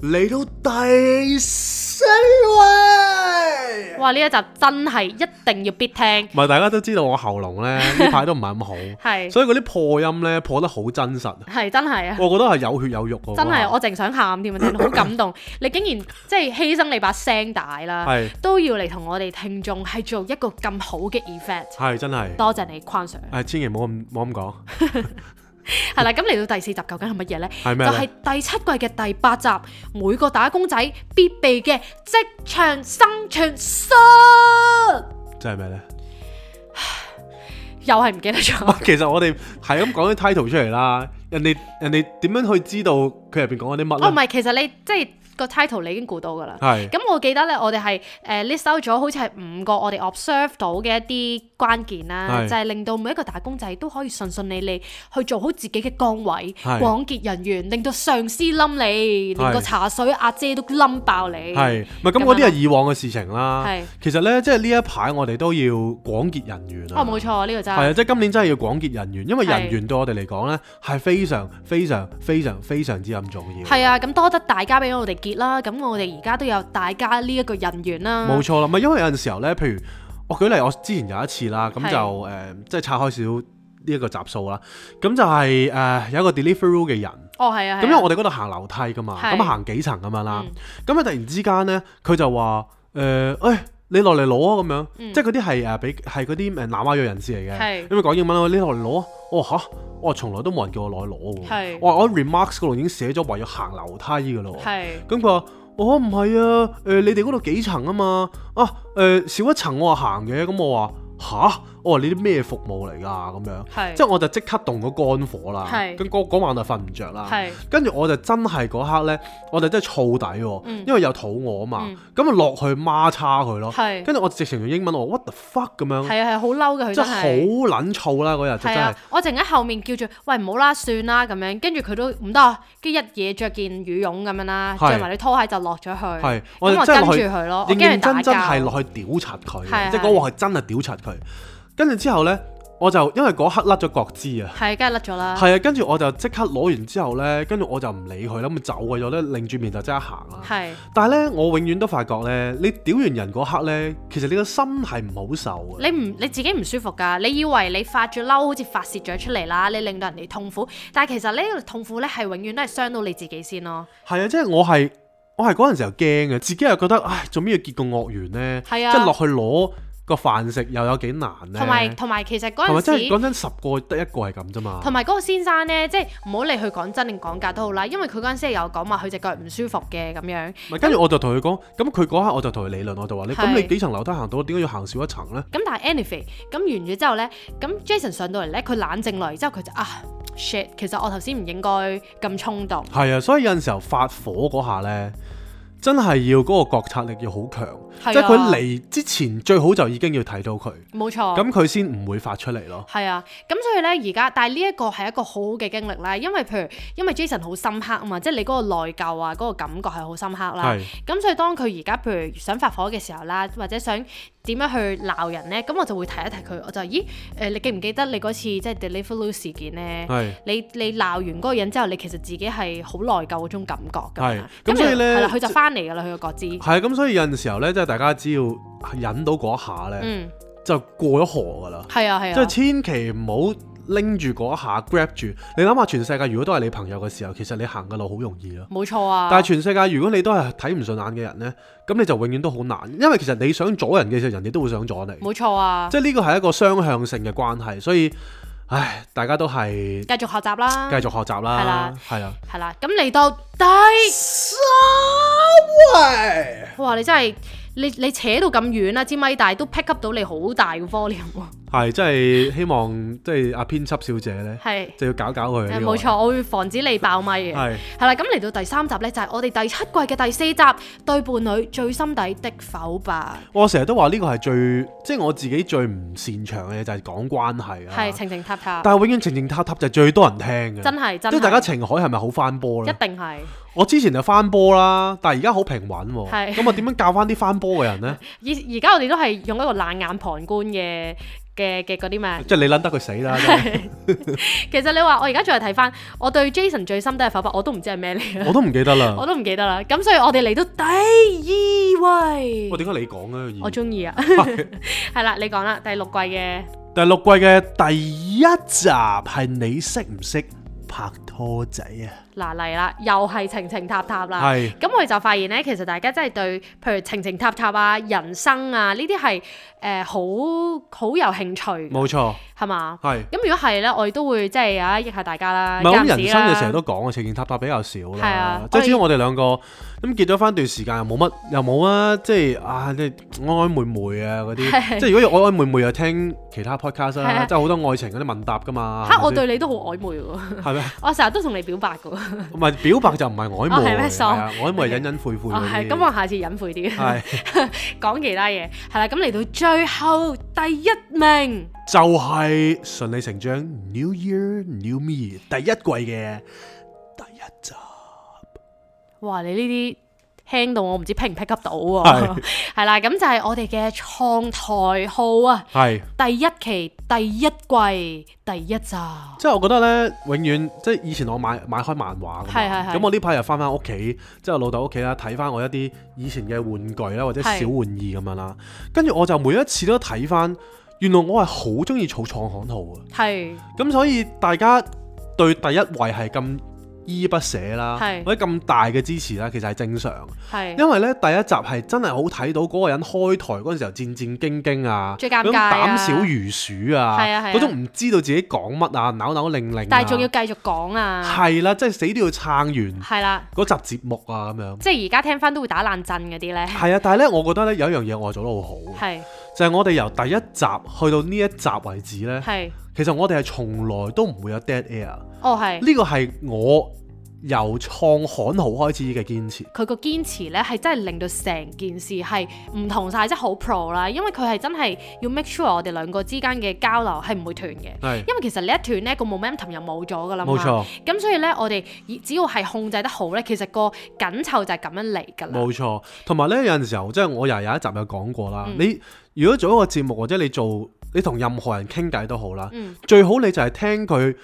Speaker 2: 嚟到第四位，
Speaker 1: 哇！呢一集真係一定要必聽，
Speaker 2: 唔係大家都知道我喉 嚨咧呢排都唔係咁好，
Speaker 1: 係
Speaker 2: 所以嗰啲破音 咧破得好真實，
Speaker 1: 係真係啊！
Speaker 2: 我覺得係有血有肉喎。
Speaker 1: 真係，
Speaker 2: 嗰下
Speaker 1: 我淨想喊添啊！真係好 感動，你竟然即係犧牲你把聲帶啦，
Speaker 2: 係
Speaker 1: 都要嚟同我哋聽眾係做一個咁好嘅 effect，
Speaker 2: 係 真係，
Speaker 1: 多謝你框 Sir。
Speaker 2: 誒千祈唔好咁唔好咁講，
Speaker 1: 係啦，咁嚟到第四集究竟係乜嘢呢？
Speaker 2: 係咩
Speaker 1: 就係
Speaker 2: 咧？
Speaker 1: 第七季嘅第八集，每個打工仔必備嘅職場生存術，
Speaker 2: 即係咩咧？
Speaker 1: 又 係唔記得咗。
Speaker 2: 其實我哋係咁講啲 title 出嚟啦，人哋人哋點樣去知道佢入邊講緊啲乜
Speaker 1: 哦，唔係，
Speaker 2: 咧？
Speaker 1: 其實你即係個 title 你已經估到㗎啦。
Speaker 2: 係
Speaker 1: 咁我記得咧，我哋係誒 list out 咗好似係五個我哋 observe 到嘅一啲關鍵啦，
Speaker 2: 係
Speaker 1: 就係令到每一個打工仔都可以順順利利去做好自己嘅崗位，
Speaker 2: 係
Speaker 1: 廣結人緣，令到上司冧你，連
Speaker 2: 係
Speaker 1: 個茶水阿姐都冧爆你。
Speaker 2: 係，唔係咁
Speaker 1: 咁
Speaker 2: 嗰啲
Speaker 1: 樣
Speaker 2: 係以往嘅事情啦。
Speaker 1: 係，
Speaker 2: 其實咧，即係呢一排我哋都要廣結人緣
Speaker 1: 哦
Speaker 2: 啊。
Speaker 1: 冇錯，呢個真
Speaker 2: 係啊，
Speaker 1: 係
Speaker 2: 即係今年真係要廣結人緣，因為
Speaker 1: 係
Speaker 2: 人緣對我哋嚟講咧係非常非常非常非常之咁重要。
Speaker 1: 係啊，咁多得大家俾我哋結啦，咁我哋而家都有大家呢一個人緣啦。
Speaker 2: 冇錯啦，咪因為有陣時候咧，譬如我舉例，我之前有一次啦，咁
Speaker 1: 係
Speaker 2: 就誒、即係拆開少少呢一個集數啦，咁就係、呃有一個 delivery 嘅人，
Speaker 1: 哦係啊，
Speaker 2: 咁因為我哋嗰度行樓梯噶嘛，
Speaker 1: 係
Speaker 2: 咁行幾層咁樣啦
Speaker 1: 嗯，
Speaker 2: 咁佢、突然之間咧，佢就話誒，誒、哎你落嚟攞啊咁樣，
Speaker 1: 嗯
Speaker 2: 即係嗰啲係誒呃俾係嗰啲誒南亞裔人士嚟嘅
Speaker 1: 係，
Speaker 2: 因為講英文啦，你落嚟攞啊，我話嚇，我話從來都冇人叫我落去攞喎
Speaker 1: 係，
Speaker 2: 我話我 remarks 嗰度已經寫咗話要行樓梯嘅咯喎。
Speaker 1: 係
Speaker 2: 咁佢話：哦，唔係啊，誒、你哋嗰度幾層啊嘛？啊，誒、少一層我話行嘅，咁我話吓，我話你啲咩服務嚟㗎？咁樣，
Speaker 1: 係
Speaker 2: 即係我就即刻動咗肝火啦。
Speaker 1: 係
Speaker 2: 咁嗰嗰晚就瞓唔着啦。
Speaker 1: 係
Speaker 2: 跟住我就真係嗰刻呢，我就真係燥底喎，
Speaker 1: 嗯
Speaker 2: 因為又肚餓啊嘛
Speaker 1: 嗯，
Speaker 2: 咁啊落去孖叉佢咯。
Speaker 1: 係
Speaker 2: 跟住我直情用英文我話 what the fuck 咁樣，
Speaker 1: 係啊係好嬲嘅佢
Speaker 2: 真
Speaker 1: 真
Speaker 2: 係
Speaker 1: 係
Speaker 2: 好。撚燥啦嗰日就真
Speaker 1: 係
Speaker 2: 係
Speaker 1: 啊。，我陣喺後面叫住，喂唔好啦，算啦咁樣，跟住佢都唔得啊，跟住一嘢着件羽絨咁樣啦，
Speaker 2: 係
Speaker 1: 着埋你拖鞋就落咗去，咁
Speaker 2: 係，
Speaker 1: 我
Speaker 2: 我就真係
Speaker 1: 跟
Speaker 2: 落
Speaker 1: 住
Speaker 2: 去
Speaker 1: 佢咯，我
Speaker 2: 認
Speaker 1: 驚佢
Speaker 2: 認
Speaker 1: 打
Speaker 2: 真真係
Speaker 1: 交，
Speaker 2: 落去屌柒佢嘅，
Speaker 1: 係啊
Speaker 2: 即係嗰鑊係真係屌柒佢。跟住之後呢，我就因為嗰刻甩咗角枝啊，
Speaker 1: 係梗係甩咗啦，
Speaker 2: 係啊，跟住我就即刻攞完之後呢，跟住我就唔理佢啦，咁走嘅咗呢，擰住面就即刻行啦。
Speaker 1: 係
Speaker 2: 但係呢，我永遠都發覺呢，你屌完人嗰刻呢，其實你個心係唔好受嘅。
Speaker 1: 你唔你自己唔舒服㗎，你以為你發咗嬲，好似發泄咗出嚟啦，你令到人哋痛苦，但係其實呢個痛苦咧係永遠都係傷到你自己先咯，
Speaker 2: 係啊，即係我係我係嗰陣時候驚嘅，自己又覺得唉，做咩要結個惡緣呢？
Speaker 1: 係啊
Speaker 2: 即係落去攞個飯食又有幾難呢？
Speaker 1: 同埋同埋其實
Speaker 2: 同
Speaker 1: 嗰
Speaker 2: 埋真
Speaker 1: 陣
Speaker 2: 係
Speaker 1: 時。
Speaker 2: 講真，十個得一個係咁啫嘛。
Speaker 1: 同埋嗰個先生呢，即係唔好理佢講真定講假都好啦，因為佢嗰陣時係有講話佢隻腳唔舒服嘅咁樣，
Speaker 2: 唔係，跟住我就同佢講，咁佢嗰刻我就同佢理論，我就話你咁
Speaker 1: 係
Speaker 2: 你幾層樓梯行到，點解要行少一層呢？
Speaker 1: 咁但係 anyway，咁完咗之後呢，咁 Jason 上到嚟呢，佢冷靜落嚟之後，佢就啊 shit，其實我頭先唔應該咁衝動，
Speaker 2: 係啊，所以有陣時候發火嗰下呢，真係要嗰個覺察力要好強，
Speaker 1: 啊
Speaker 2: 即係佢嚟之前最好就已經要睇到佢，
Speaker 1: 冇錯。
Speaker 2: 咁佢先唔會發出嚟咯。
Speaker 1: 係啊，咁所以呢，而家，但係呢一個係一個好好嘅經歷啦，因為譬如因為 Jason 好深刻啊嘛，即係你嗰個內疚啊，嗰、個感覺係好深刻啦。
Speaker 2: 係
Speaker 1: 咁所以當佢而家譬如想發火嘅時候啦，或者想點樣去鬧人呢，咁我就會提一提佢，我就咦誒、呃你記唔記得你嗰次即係 Deliveroo 事件呢？
Speaker 2: 係
Speaker 1: 你你鬧完嗰個人之後，你其實自己係好內疚嗰種感覺㗎
Speaker 2: 係
Speaker 1: 嘛。
Speaker 2: 咁所以呢
Speaker 1: 係啦，佢就翻嚟㗎啦，佢個覺知。
Speaker 2: 係啊，咁所以有陣時候呢，即係大家只要忍到嗰一下呢，
Speaker 1: 嗯，
Speaker 2: 就過咗河㗎啦。
Speaker 1: 係啊，係
Speaker 2: 即係
Speaker 1: 啊，
Speaker 2: 千祈唔好拎住嗰一下 grab 住。你諗下，全世界如果都係你朋友嘅時候，其實你行嘅路好容易咯。
Speaker 1: 冇錯啊。
Speaker 2: 但係全世界如果你都係睇唔順眼嘅人呢，咁你就永遠都好難，因為其實你想阻人嘅時候，人哋都會想阻你，
Speaker 1: 冇錯啊，
Speaker 2: 即係呢個係一個雙向性嘅關係，所以唉，大家都係
Speaker 1: 繼續學習啦。
Speaker 2: 繼續學習
Speaker 1: 嗯係
Speaker 2: 啦
Speaker 1: 啦，
Speaker 2: 係啊，
Speaker 1: 係啦，咁嚟到第
Speaker 2: 三位
Speaker 1: 哇！你真係你你扯到咁遠啊啦，支咪但係都 pick up 到你好大嘅 volume 喎。
Speaker 2: 係真係希望即係阿編輯小姐呢，
Speaker 1: 係
Speaker 2: 就要搞搞佢，
Speaker 1: 誒冇，錯，我會防止你爆咪嘅。
Speaker 2: 啊係
Speaker 1: 係啦，咁嚟到第三集呢，就係我哋第七季嘅第四集《對伴侶最心底的否吧
Speaker 2: 我成日都話呢個係最即係我自己最唔擅長嘅就係講關》，係
Speaker 1: 係
Speaker 2: 啊，
Speaker 1: 情情塔塔，
Speaker 2: 但係永遠情情塔塔就係最多人聽
Speaker 1: 真
Speaker 2: 嘅，
Speaker 1: 係真
Speaker 2: 即
Speaker 1: 係
Speaker 2: 係大家情海係咪好翻波呢？
Speaker 1: 一定係。
Speaker 2: 我之前就翻波啦，但係而家好平穩喎、
Speaker 1: 係
Speaker 2: 咁我點樣教翻啲翻波嘅 人呢？
Speaker 1: 而而家我哋都係用一個冷眼旁觀嘅嘅嘅嗰啲咩？
Speaker 2: 即係你撚得佢死啦！真係
Speaker 1: 其實你話我而家再睇翻，我對 Jason 最深都係否白，我都唔知係咩嚟
Speaker 2: 我
Speaker 1: 嘅，
Speaker 2: 都唔記得啦
Speaker 1: 啊我。都唔記得啦。咁所以我哋嚟到第二位
Speaker 2: 我，點解你講呢？
Speaker 1: 我中 意啊，係啦，你講啦，第六季嘅
Speaker 2: 第六季嘅第一集係你識唔識拍拖仔啊？
Speaker 1: 嗱嚟啦，又係情情塔塔啦。
Speaker 2: 係
Speaker 1: 咁我哋就發現咧，其實大家真係對譬如情情塔塔啊、人生啊呢啲係誒好好有興趣嘅。
Speaker 2: 冇錯，
Speaker 1: 係係嘛？
Speaker 2: 係。
Speaker 1: 咁如果係咧，我哋都會即係啊益下大家啦。
Speaker 2: 唔係，我諗
Speaker 1: 間唔時
Speaker 2: 人生就
Speaker 1: 啦
Speaker 2: 成日都講啊，情情塔塔比較少
Speaker 1: 係啊
Speaker 2: 啦，即係只要我哋兩個咁結咗翻段時間又冇乜，又冇啊，即係啊，你愛愛妹妹啊
Speaker 1: 係
Speaker 2: 嗰啲，即係如果要愛愛妹妹又聽其他 podcast
Speaker 1: 係啊
Speaker 2: 啦，即係好多愛情嗰啲問答噶嘛，
Speaker 1: 嚇！我
Speaker 2: 係咪
Speaker 1: 對你都好曖昧喎，
Speaker 2: 先係咩？
Speaker 1: 我成日都同你表白嘅喎。
Speaker 2: 唔係表白就唔係曖
Speaker 1: 哦係
Speaker 2: 昧，
Speaker 1: 咩
Speaker 2: 係啊，曖昧係隱隱晦晦
Speaker 1: 哦，係，
Speaker 2: 嗰
Speaker 1: 咁
Speaker 2: 啲
Speaker 1: 我，下次隱晦啲，
Speaker 2: 係
Speaker 1: 講其他嘢。係啦，咁嚟到最後第一名，
Speaker 2: 就係順理成章 New Year New Me 第一季嘅第一集，
Speaker 1: 哇！你呢啲輕到我唔知 pick 唔 pick up 到
Speaker 2: 係
Speaker 1: 喎。係啦，咁就係我哋嘅創台號啊，
Speaker 2: 係。
Speaker 1: 第一期第一季第一集。
Speaker 2: 即係我覺得咧，永遠即係以前我買買開漫畫㗎
Speaker 1: 係係
Speaker 2: 嘛，
Speaker 1: 係
Speaker 2: 咁我呢排又翻翻屋企，即係我老豆屋企啦，睇翻我一啲以前嘅玩具啦，或者
Speaker 1: 係
Speaker 2: 小玩意咁樣啦，跟住我就每一次都睇翻，原來我係好中意儲創刊號啊，
Speaker 1: 係
Speaker 2: 咁所以大家對第一位係咁依依不捨啦
Speaker 1: 係，
Speaker 2: 或者咁大嘅支持啦，其實係正常，
Speaker 1: 係
Speaker 2: 因為咧第一集係真係好睇到嗰個人開台嗰陣時候戰戰兢兢啊，
Speaker 1: 最尷
Speaker 2: 嗰種
Speaker 1: 尬啊
Speaker 2: 膽小如鼠啊，
Speaker 1: 係啊係啊
Speaker 2: 嗰種唔知道自己講乜啊，扭扭擰擰啊，
Speaker 1: 但係仲要繼續講啊，
Speaker 2: 係啦，即係死都要撐完
Speaker 1: 係啦，
Speaker 2: 嗰集節目啊咁樣。
Speaker 1: 即係而家聽翻都會打冷震嗰啲咧，
Speaker 2: 係啊，但係咧，我覺得咧有一樣嘢我係做得好好，
Speaker 1: 係
Speaker 2: 就係我哋由第一集去到呢一集為止咧，
Speaker 1: 係，
Speaker 2: 其實我哋係從來都唔會有 dead air。
Speaker 1: 哦係。
Speaker 2: 呢個係我由創刊號開始嘅堅持。
Speaker 1: 佢個堅持咧係真係令到成件事係唔同晒，即係好 pro 啦。因為佢係真係要 make sure 我哋兩個之間嘅交流係唔會斷嘅。
Speaker 2: 係
Speaker 1: 因為其實你一斷咧，個 momentum 又冇咗噶啦嘛。
Speaker 2: 冇。錯，
Speaker 1: 咁所以咧，我哋以只要係控制得好咧，其實個緊湊就係咁樣嚟㗎啦。
Speaker 2: 冇錯。同埋咧，有陣時候即係我又有一集有講過
Speaker 1: 嗯
Speaker 2: 啦。你如果做一個節目或者你做你同任何人傾偈都好啦，
Speaker 1: 嗯，
Speaker 2: 最好你就係聽佢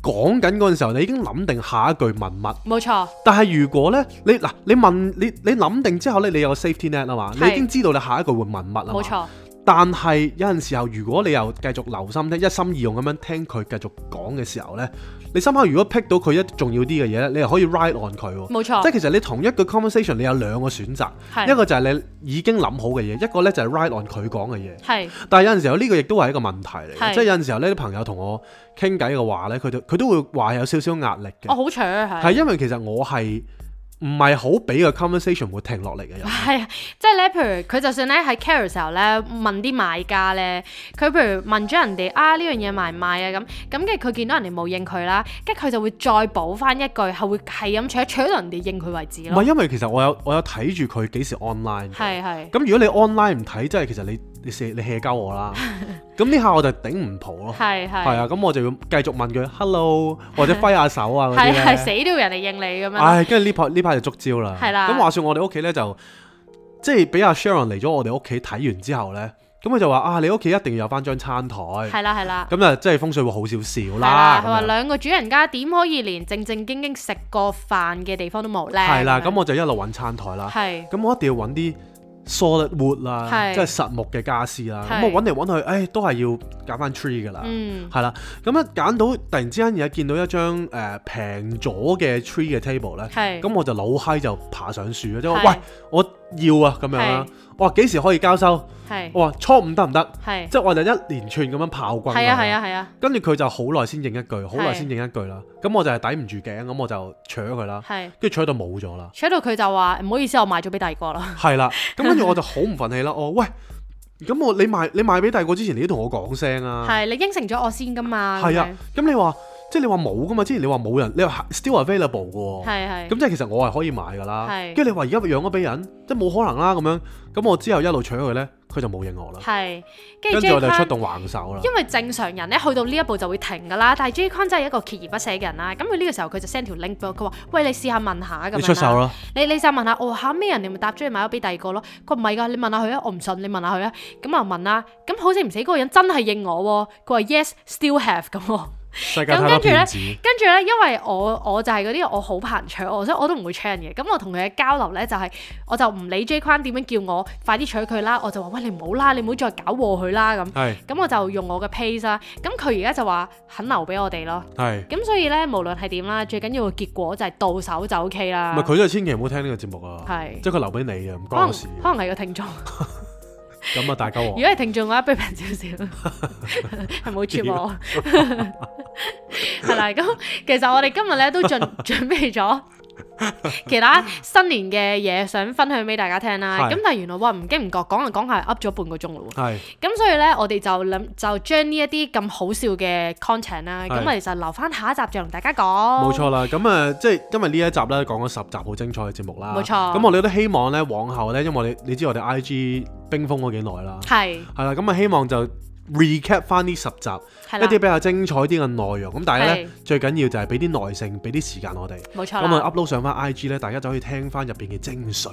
Speaker 2: 講緊嗰陣時候，你已經諗定下一句文物。
Speaker 1: 冇錯，
Speaker 2: 但係如果咧，你嗱你問你你諗定之後咧，你有個 safety net 啊嘛，你
Speaker 1: 係
Speaker 2: 已經知道你下一句會問乜啊嘛。
Speaker 1: 冇。錯，
Speaker 2: 但係有陣時候，如果你又繼續留心聽，一心二用咁樣聽佢繼續講嘅時候呢，你深刻如果 pick 到佢一重要啲嘅嘢呢，你又可以 ride on 佢喎。
Speaker 1: 冇錯
Speaker 2: 即係其實你同一個 conversation，你有兩個選擇，
Speaker 1: 係
Speaker 2: 一個就係你已經諗好嘅嘢，一個呢就係 ride on 佢講嘅嘢。
Speaker 1: 係
Speaker 2: 但係有陣時候呢個亦都係一個問題嚟
Speaker 1: 係
Speaker 2: 嘅，即係有陣時候呢啲朋友同我傾偈嘅話呢，佢都佢都會話有少少壓力
Speaker 1: 我
Speaker 2: 嘅，
Speaker 1: 好搶啊
Speaker 2: 係
Speaker 1: 係。
Speaker 2: 因為其實我係唔係好俾個 conversation 會停落嚟嘅人。
Speaker 1: 係啊， 即係咧，譬如佢就算咧喺 Carousel 咧問啲買家咧，佢譬如問咗人哋啊呢樣嘢賣唔賣啊咁，咁跟住佢見到人哋冇應佢啦，跟住佢就會再補翻一句，係會係咁扯扯到人哋應佢為止
Speaker 2: 唔係
Speaker 1: 咯。
Speaker 2: 因為其實我有我有睇住佢幾時 online 嘅。
Speaker 1: 係係
Speaker 2: 咁如果你 online 唔睇，真係其實你你射你 hea 鳩 我啦。咁呢下我就頂唔到咯。
Speaker 1: 係
Speaker 2: 係
Speaker 1: 係
Speaker 2: 啊，咁我就要繼續問佢 hello 或者揮下手啊嗰
Speaker 1: 係係
Speaker 2: 啲咧。
Speaker 1: 死都要人哋應你咁樣。
Speaker 2: 唉，跟住呢排呢排就捉招啦。
Speaker 1: 係啦
Speaker 2: 咁話說我哋屋企咧就即係俾阿 Sharon 嚟咗我哋屋企睇完之後咧，咁佢就話啊，你屋企一定要有翻張餐台，咁
Speaker 1: 係啦係啦。
Speaker 2: 啊即係風水會好少少
Speaker 1: 係
Speaker 2: 啦
Speaker 1: 啦，
Speaker 2: 咁
Speaker 1: 佢話
Speaker 2: 樣。
Speaker 1: 兩個主人家點可以連正正經經食過飯嘅地方都冇咧？
Speaker 2: 係啦，
Speaker 1: 樣
Speaker 2: 咁我就一路揾餐台啦。
Speaker 1: 係
Speaker 2: 咁我一定要揾啲 solid wood 啦，
Speaker 1: 係
Speaker 2: 即係實木嘅家私啦。
Speaker 1: 係
Speaker 2: 咁我揾嚟揾去，唉，都係要揀翻 tree 噶啦。
Speaker 1: 嗯
Speaker 2: 係啦，咁一揀到，突然之間又見到一張誒平咗嘅 tree 嘅 table 咧，
Speaker 1: 係
Speaker 2: 咁我就老嗨就爬上樹啦，即係
Speaker 1: 係
Speaker 2: 話喂，我要啊咁樣啦
Speaker 1: 係，
Speaker 2: 我話幾時可以交收？
Speaker 1: 係
Speaker 2: 我話初五得唔得？
Speaker 1: 係
Speaker 2: 即係我就一連串咁樣炮轟。
Speaker 1: 係啊係啊。係啊
Speaker 2: 跟住佢就好耐先應一句，好耐
Speaker 1: 係
Speaker 2: 先應一句啦。咁我就係抵唔住頸，咁我就扯佢啦，
Speaker 1: 係。
Speaker 2: 跟住扯到冇咗啦。
Speaker 1: 扯到佢就話唔好意思，我賣咗俾第二個啦。
Speaker 2: 係啦，咁跟住我就好唔忿氣啦。我話喂，咁我你賣你賣俾第二個之前，你都同我講聲啊。
Speaker 1: 係你應承咗我先噶嘛？
Speaker 2: 係啊，咁你話即係你話冇噶嘛？之前你話冇人，你話 still
Speaker 1: 咁樣，
Speaker 2: available 嘅喎。
Speaker 1: 係係
Speaker 2: 咁即係其實我係可以買㗎啦。
Speaker 1: 係
Speaker 2: 跟住你話而家養咗俾人，即係冇可能啦咁樣。咁我之後一路搶佢咧，佢就冇應我啦。
Speaker 1: 係，跟
Speaker 2: 跟
Speaker 1: 住
Speaker 2: 住我
Speaker 1: J
Speaker 2: 就出
Speaker 1: 框，
Speaker 2: 動橫手啦。
Speaker 1: 因為正常人咧去到呢一步就會停噶啦，但係 J 框真係一個鍥而不捨嘅人啦。咁佢呢個時候佢就 send 條 link 俾我，佢話：喂，你試下問下咁樣
Speaker 2: 你出手
Speaker 1: 啦。
Speaker 2: 啦，
Speaker 1: 你你試下問哦下，我嚇咩人你咪答咗你買咗俾第二個咯。佢話唔係㗎，你問下佢啊，我唔信，你問下佢啊。咁啊問啦，咁好死唔死嗰個人真係應我喎，佢話 yes still have 咁喎。
Speaker 2: 世界太
Speaker 1: 咁
Speaker 2: 多
Speaker 1: 跟住呢
Speaker 2: 騙子。
Speaker 1: 跟住咧，因為我我就係嗰啲我好怕人搶我，所以我都唔會搶人嘅。咁我同佢嘅交流咧就係、我就唔理 J 框點樣叫我快啲搶佢啦，我就話喂你唔好啦，你唔好再搞禍佢啦咁。
Speaker 2: 係
Speaker 1: 咁我就用我嘅 pace 啦。咁佢而家就話肯留俾我哋咯。
Speaker 2: 係，
Speaker 1: 咁所以咧，無論係點啦，最緊要嘅結果就係到手就 OK 啦
Speaker 2: 唔係。佢都係千祈唔好聽呢個節目啊。
Speaker 1: 係
Speaker 2: 即係佢留俾你啊，唔
Speaker 1: 可
Speaker 2: 關
Speaker 1: 能
Speaker 2: 我事。
Speaker 1: 可能係個聽眾，
Speaker 2: 咁啊大家
Speaker 1: 如
Speaker 2: 喎，
Speaker 1: 果係聽眾嘅話，不如平少少，係冇接 我。係啦，咁其實我哋今日咧都 準準備咗其他新年嘅嘢，想分享俾大家聽啦。
Speaker 2: 係
Speaker 1: 咁但係原來哇，唔經唔覺講下講下，噏咗半個鐘嘞喎。
Speaker 2: 係
Speaker 1: 咁所以咧，我哋就諗就將呢一啲咁好笑嘅 content 啦，
Speaker 2: 係
Speaker 1: 咁我哋就留翻下一集再同大家講。
Speaker 2: 冇錯啦。咁啊，即係今日呢一集咧講咗十集好精彩嘅節目啦。
Speaker 1: 冇錯
Speaker 2: 咁我哋都希望咧，往後咧，因為我哋你知我哋 I G 冰封咗幾耐啦，
Speaker 1: 係，
Speaker 2: 係啦，咁啊希望就 recap 翻呢十集。
Speaker 1: 係
Speaker 2: 一啲比
Speaker 1: 啦，
Speaker 2: 較精彩啲嘅內容。咁大家咧
Speaker 1: 係
Speaker 2: 最緊要就係俾啲耐性，俾啲時間我哋。
Speaker 1: 冇錯
Speaker 2: 咁啊
Speaker 1: 啦，
Speaker 2: upload 上翻 IG 咧，大家就可以聽翻入邊嘅精髓啦。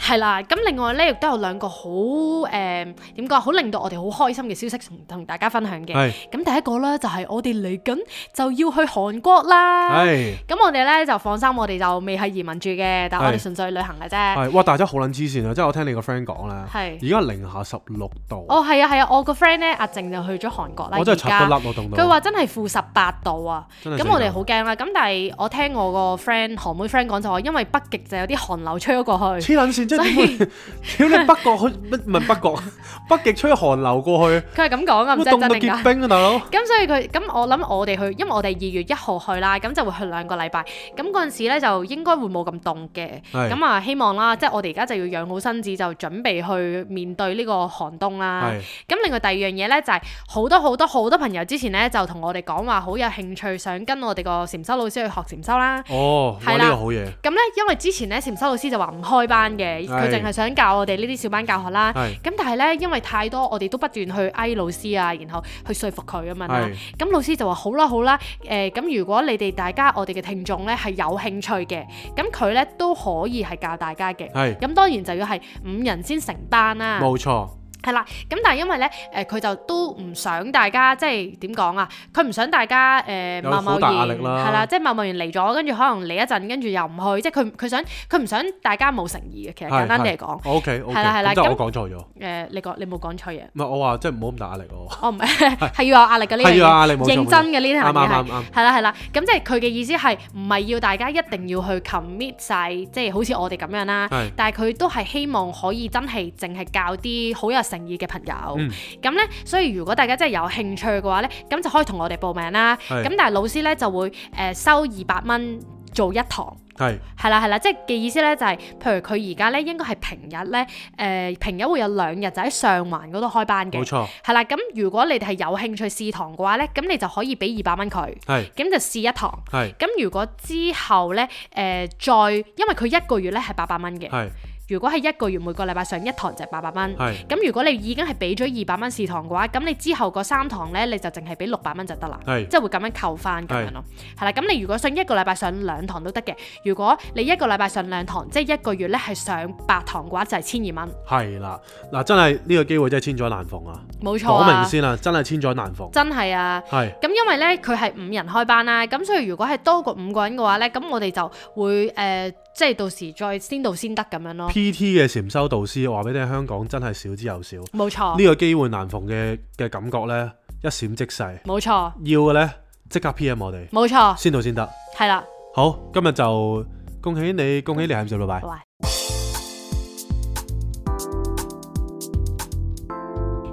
Speaker 1: 係啦。咁另外咧，亦都有兩個好誒點講，好令到我哋好開心嘅消息同同大家分享嘅。
Speaker 2: 係
Speaker 1: 咁第一個咧就係、我哋嚟緊就要去韓國啦。
Speaker 2: 係
Speaker 1: 咁我哋咧就放心，我哋就未係移民住嘅，但我哋
Speaker 2: 係
Speaker 1: 純粹去旅行嘅啫。
Speaker 2: 係，哇！大家好撚黐線啊！即係我聽你個 friend 講啦，
Speaker 1: 係
Speaker 2: 而家零下十六度，
Speaker 1: 哦，係啊，係啊，我個 friend 咧阿靜就去咗韓國啦，
Speaker 2: 我真係插
Speaker 1: 而家
Speaker 2: 不甩我凍到。
Speaker 1: 佢話真係負十八度啊！
Speaker 2: 真係死
Speaker 1: 咁
Speaker 2: 啦
Speaker 1: 我哋好驚啦。咁但係我聽我個 friend 韓妹 friend 講就話，因為北極就有啲寒流吹咗過去，
Speaker 2: 黐撚線，即係點會？ 屌你北角去乜唔係北角， 北極吹寒流過去，
Speaker 1: 佢係咁講噶， 唔
Speaker 2: 哇
Speaker 1: 知
Speaker 2: 凍
Speaker 1: 係
Speaker 2: 到
Speaker 1: 真定
Speaker 2: 結
Speaker 1: 假。
Speaker 2: 冰啊，大佬！
Speaker 1: 咁所以佢咁我諗我哋去，因為我哋二月一號去啦，咁就會去兩個禮拜。咁嗰陣時咧就應該會冇咁凍嘅。
Speaker 2: 係
Speaker 1: 咁啊希望啦，即係我哋而家就要養好身子，就準備去面對呢個寒冬啦。
Speaker 2: 係
Speaker 1: 咁另外第二樣嘢咧就係、好多好多好多朋友之前咧就同我哋講話好有興趣想跟我哋個禪修老師去學禪修啦。
Speaker 2: 哦，哇！
Speaker 1: 係啦
Speaker 2: 呢個好嘢，
Speaker 1: 咁咧，因為之前咧禪修老師就話唔開班嘅，
Speaker 2: 係
Speaker 1: 佢淨係想教我哋呢啲小班教學啦。
Speaker 2: 係
Speaker 1: 咁但係咧，因為太多我哋都不斷去哀老師啊，然後去說服佢咁樣啦
Speaker 2: 係。
Speaker 1: 咁老師就話好啦好啦，誒、咁如果你哋大家我哋嘅聽眾咧係有興趣嘅，咁佢咧都可以係教大家嘅。
Speaker 2: 係
Speaker 1: 咁當然就要係五人先成班啦。
Speaker 2: 冇錯，
Speaker 1: 係啦，咁但係因為咧，誒、佢就都唔想大家即係點講啊？佢唔想大家誒
Speaker 2: 有
Speaker 1: 貿
Speaker 2: 好大壓
Speaker 1: 貿
Speaker 2: 力
Speaker 1: 然
Speaker 2: 啦
Speaker 1: 係啦，即係貿貿然嚟咗，跟住可能嚟一陣，跟住又唔去，即係佢佢想佢唔想大家冇誠意嘅。其實
Speaker 2: 係
Speaker 1: 簡單
Speaker 2: 係
Speaker 1: 啲嚟講，誒、
Speaker 2: O K O K，
Speaker 1: 係啦係啦
Speaker 2: 咁即係我
Speaker 1: 咁
Speaker 2: 講錯咗。
Speaker 1: 你講你冇講錯嘢，
Speaker 2: 唔係我話，即係唔好咁大壓力喎。
Speaker 1: 我唔係要有壓力嘅呢樣
Speaker 2: 係啊，壓力
Speaker 1: 嘢，
Speaker 2: 冇錯，
Speaker 1: 認
Speaker 2: 冇錯
Speaker 1: 真嘅呢樣
Speaker 2: 啱
Speaker 1: 嘢
Speaker 2: 啱
Speaker 1: 係
Speaker 2: 啱。啱，
Speaker 1: 係啦係啦，咁即係佢嘅意思係唔係要大家一定要去 commit 晒，即係好似我哋咁樣啦。
Speaker 2: 係
Speaker 1: 但係佢都係希望可以真係淨係教啲好有誠意嘅朋友。
Speaker 2: 嗯
Speaker 1: 咁呢，所以如果大家真係有興趣嘅話呢，咁就可以同我哋報名啦。
Speaker 2: 係
Speaker 1: 咁但係老師呢就會誒、呃收二百蚊做一堂。
Speaker 2: 係
Speaker 1: 係啦係啦，即係嘅意思咧就係、譬如佢而家咧應該係平日咧，誒、平日會有兩日就喺上環嗰度開班
Speaker 2: 冇
Speaker 1: 嘅，
Speaker 2: 錯，
Speaker 1: 係啦。咁如果你哋係有興趣試堂嘅話咧，咁你就可以俾二百蚊佢，
Speaker 2: 係
Speaker 1: 咁就試一堂。
Speaker 2: 係
Speaker 1: 咁如果之後咧，誒、再因為佢一個月咧係八百蚊嘅，
Speaker 2: 係
Speaker 1: 如果係一個月每個禮拜上一堂就係八百蚊。
Speaker 2: 係
Speaker 1: 咁如果你已經係俾咗二百蚊試堂嘅話，咁你之後嗰三堂咧，你就淨係俾六百蚊就得啦，
Speaker 2: 係
Speaker 1: 即係會咁樣扣翻咁樣咯。係啦，咁你如果想一個禮拜上兩堂都得嘅，如果你一個禮拜上兩堂，即係一個月咧係上八堂嘅話，就係千二蚊，
Speaker 2: 係啦。嗱，真係呢個機會真係千載難逢啊！
Speaker 1: 冇錯
Speaker 2: 講
Speaker 1: 啊
Speaker 2: 明，先啦，真係千載難逢。
Speaker 1: 真係啊。
Speaker 2: 係
Speaker 1: 咁因為咧佢係五人開班啦，咁所以如果係多過五個人嘅話咧，咁我哋就會誒、呃即係到時再先到先得咁樣咯。
Speaker 2: P.T. 嘅禪修導師，我話俾你聽，香港真係少之又少。
Speaker 1: 冇錯，
Speaker 2: 呢個機會難逢嘅嘅感覺呢，一閃即逝。
Speaker 1: 冇錯，
Speaker 2: 要嘅呢，即刻 P.M. 我哋，
Speaker 1: 冇錯，
Speaker 2: 先到先得。
Speaker 1: 係啦，
Speaker 2: 好，今日就恭喜你，恭喜你，係唔係？拜拜
Speaker 1: 拜。拜。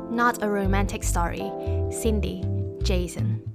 Speaker 1: Not a romantic story. Cindy, Jason.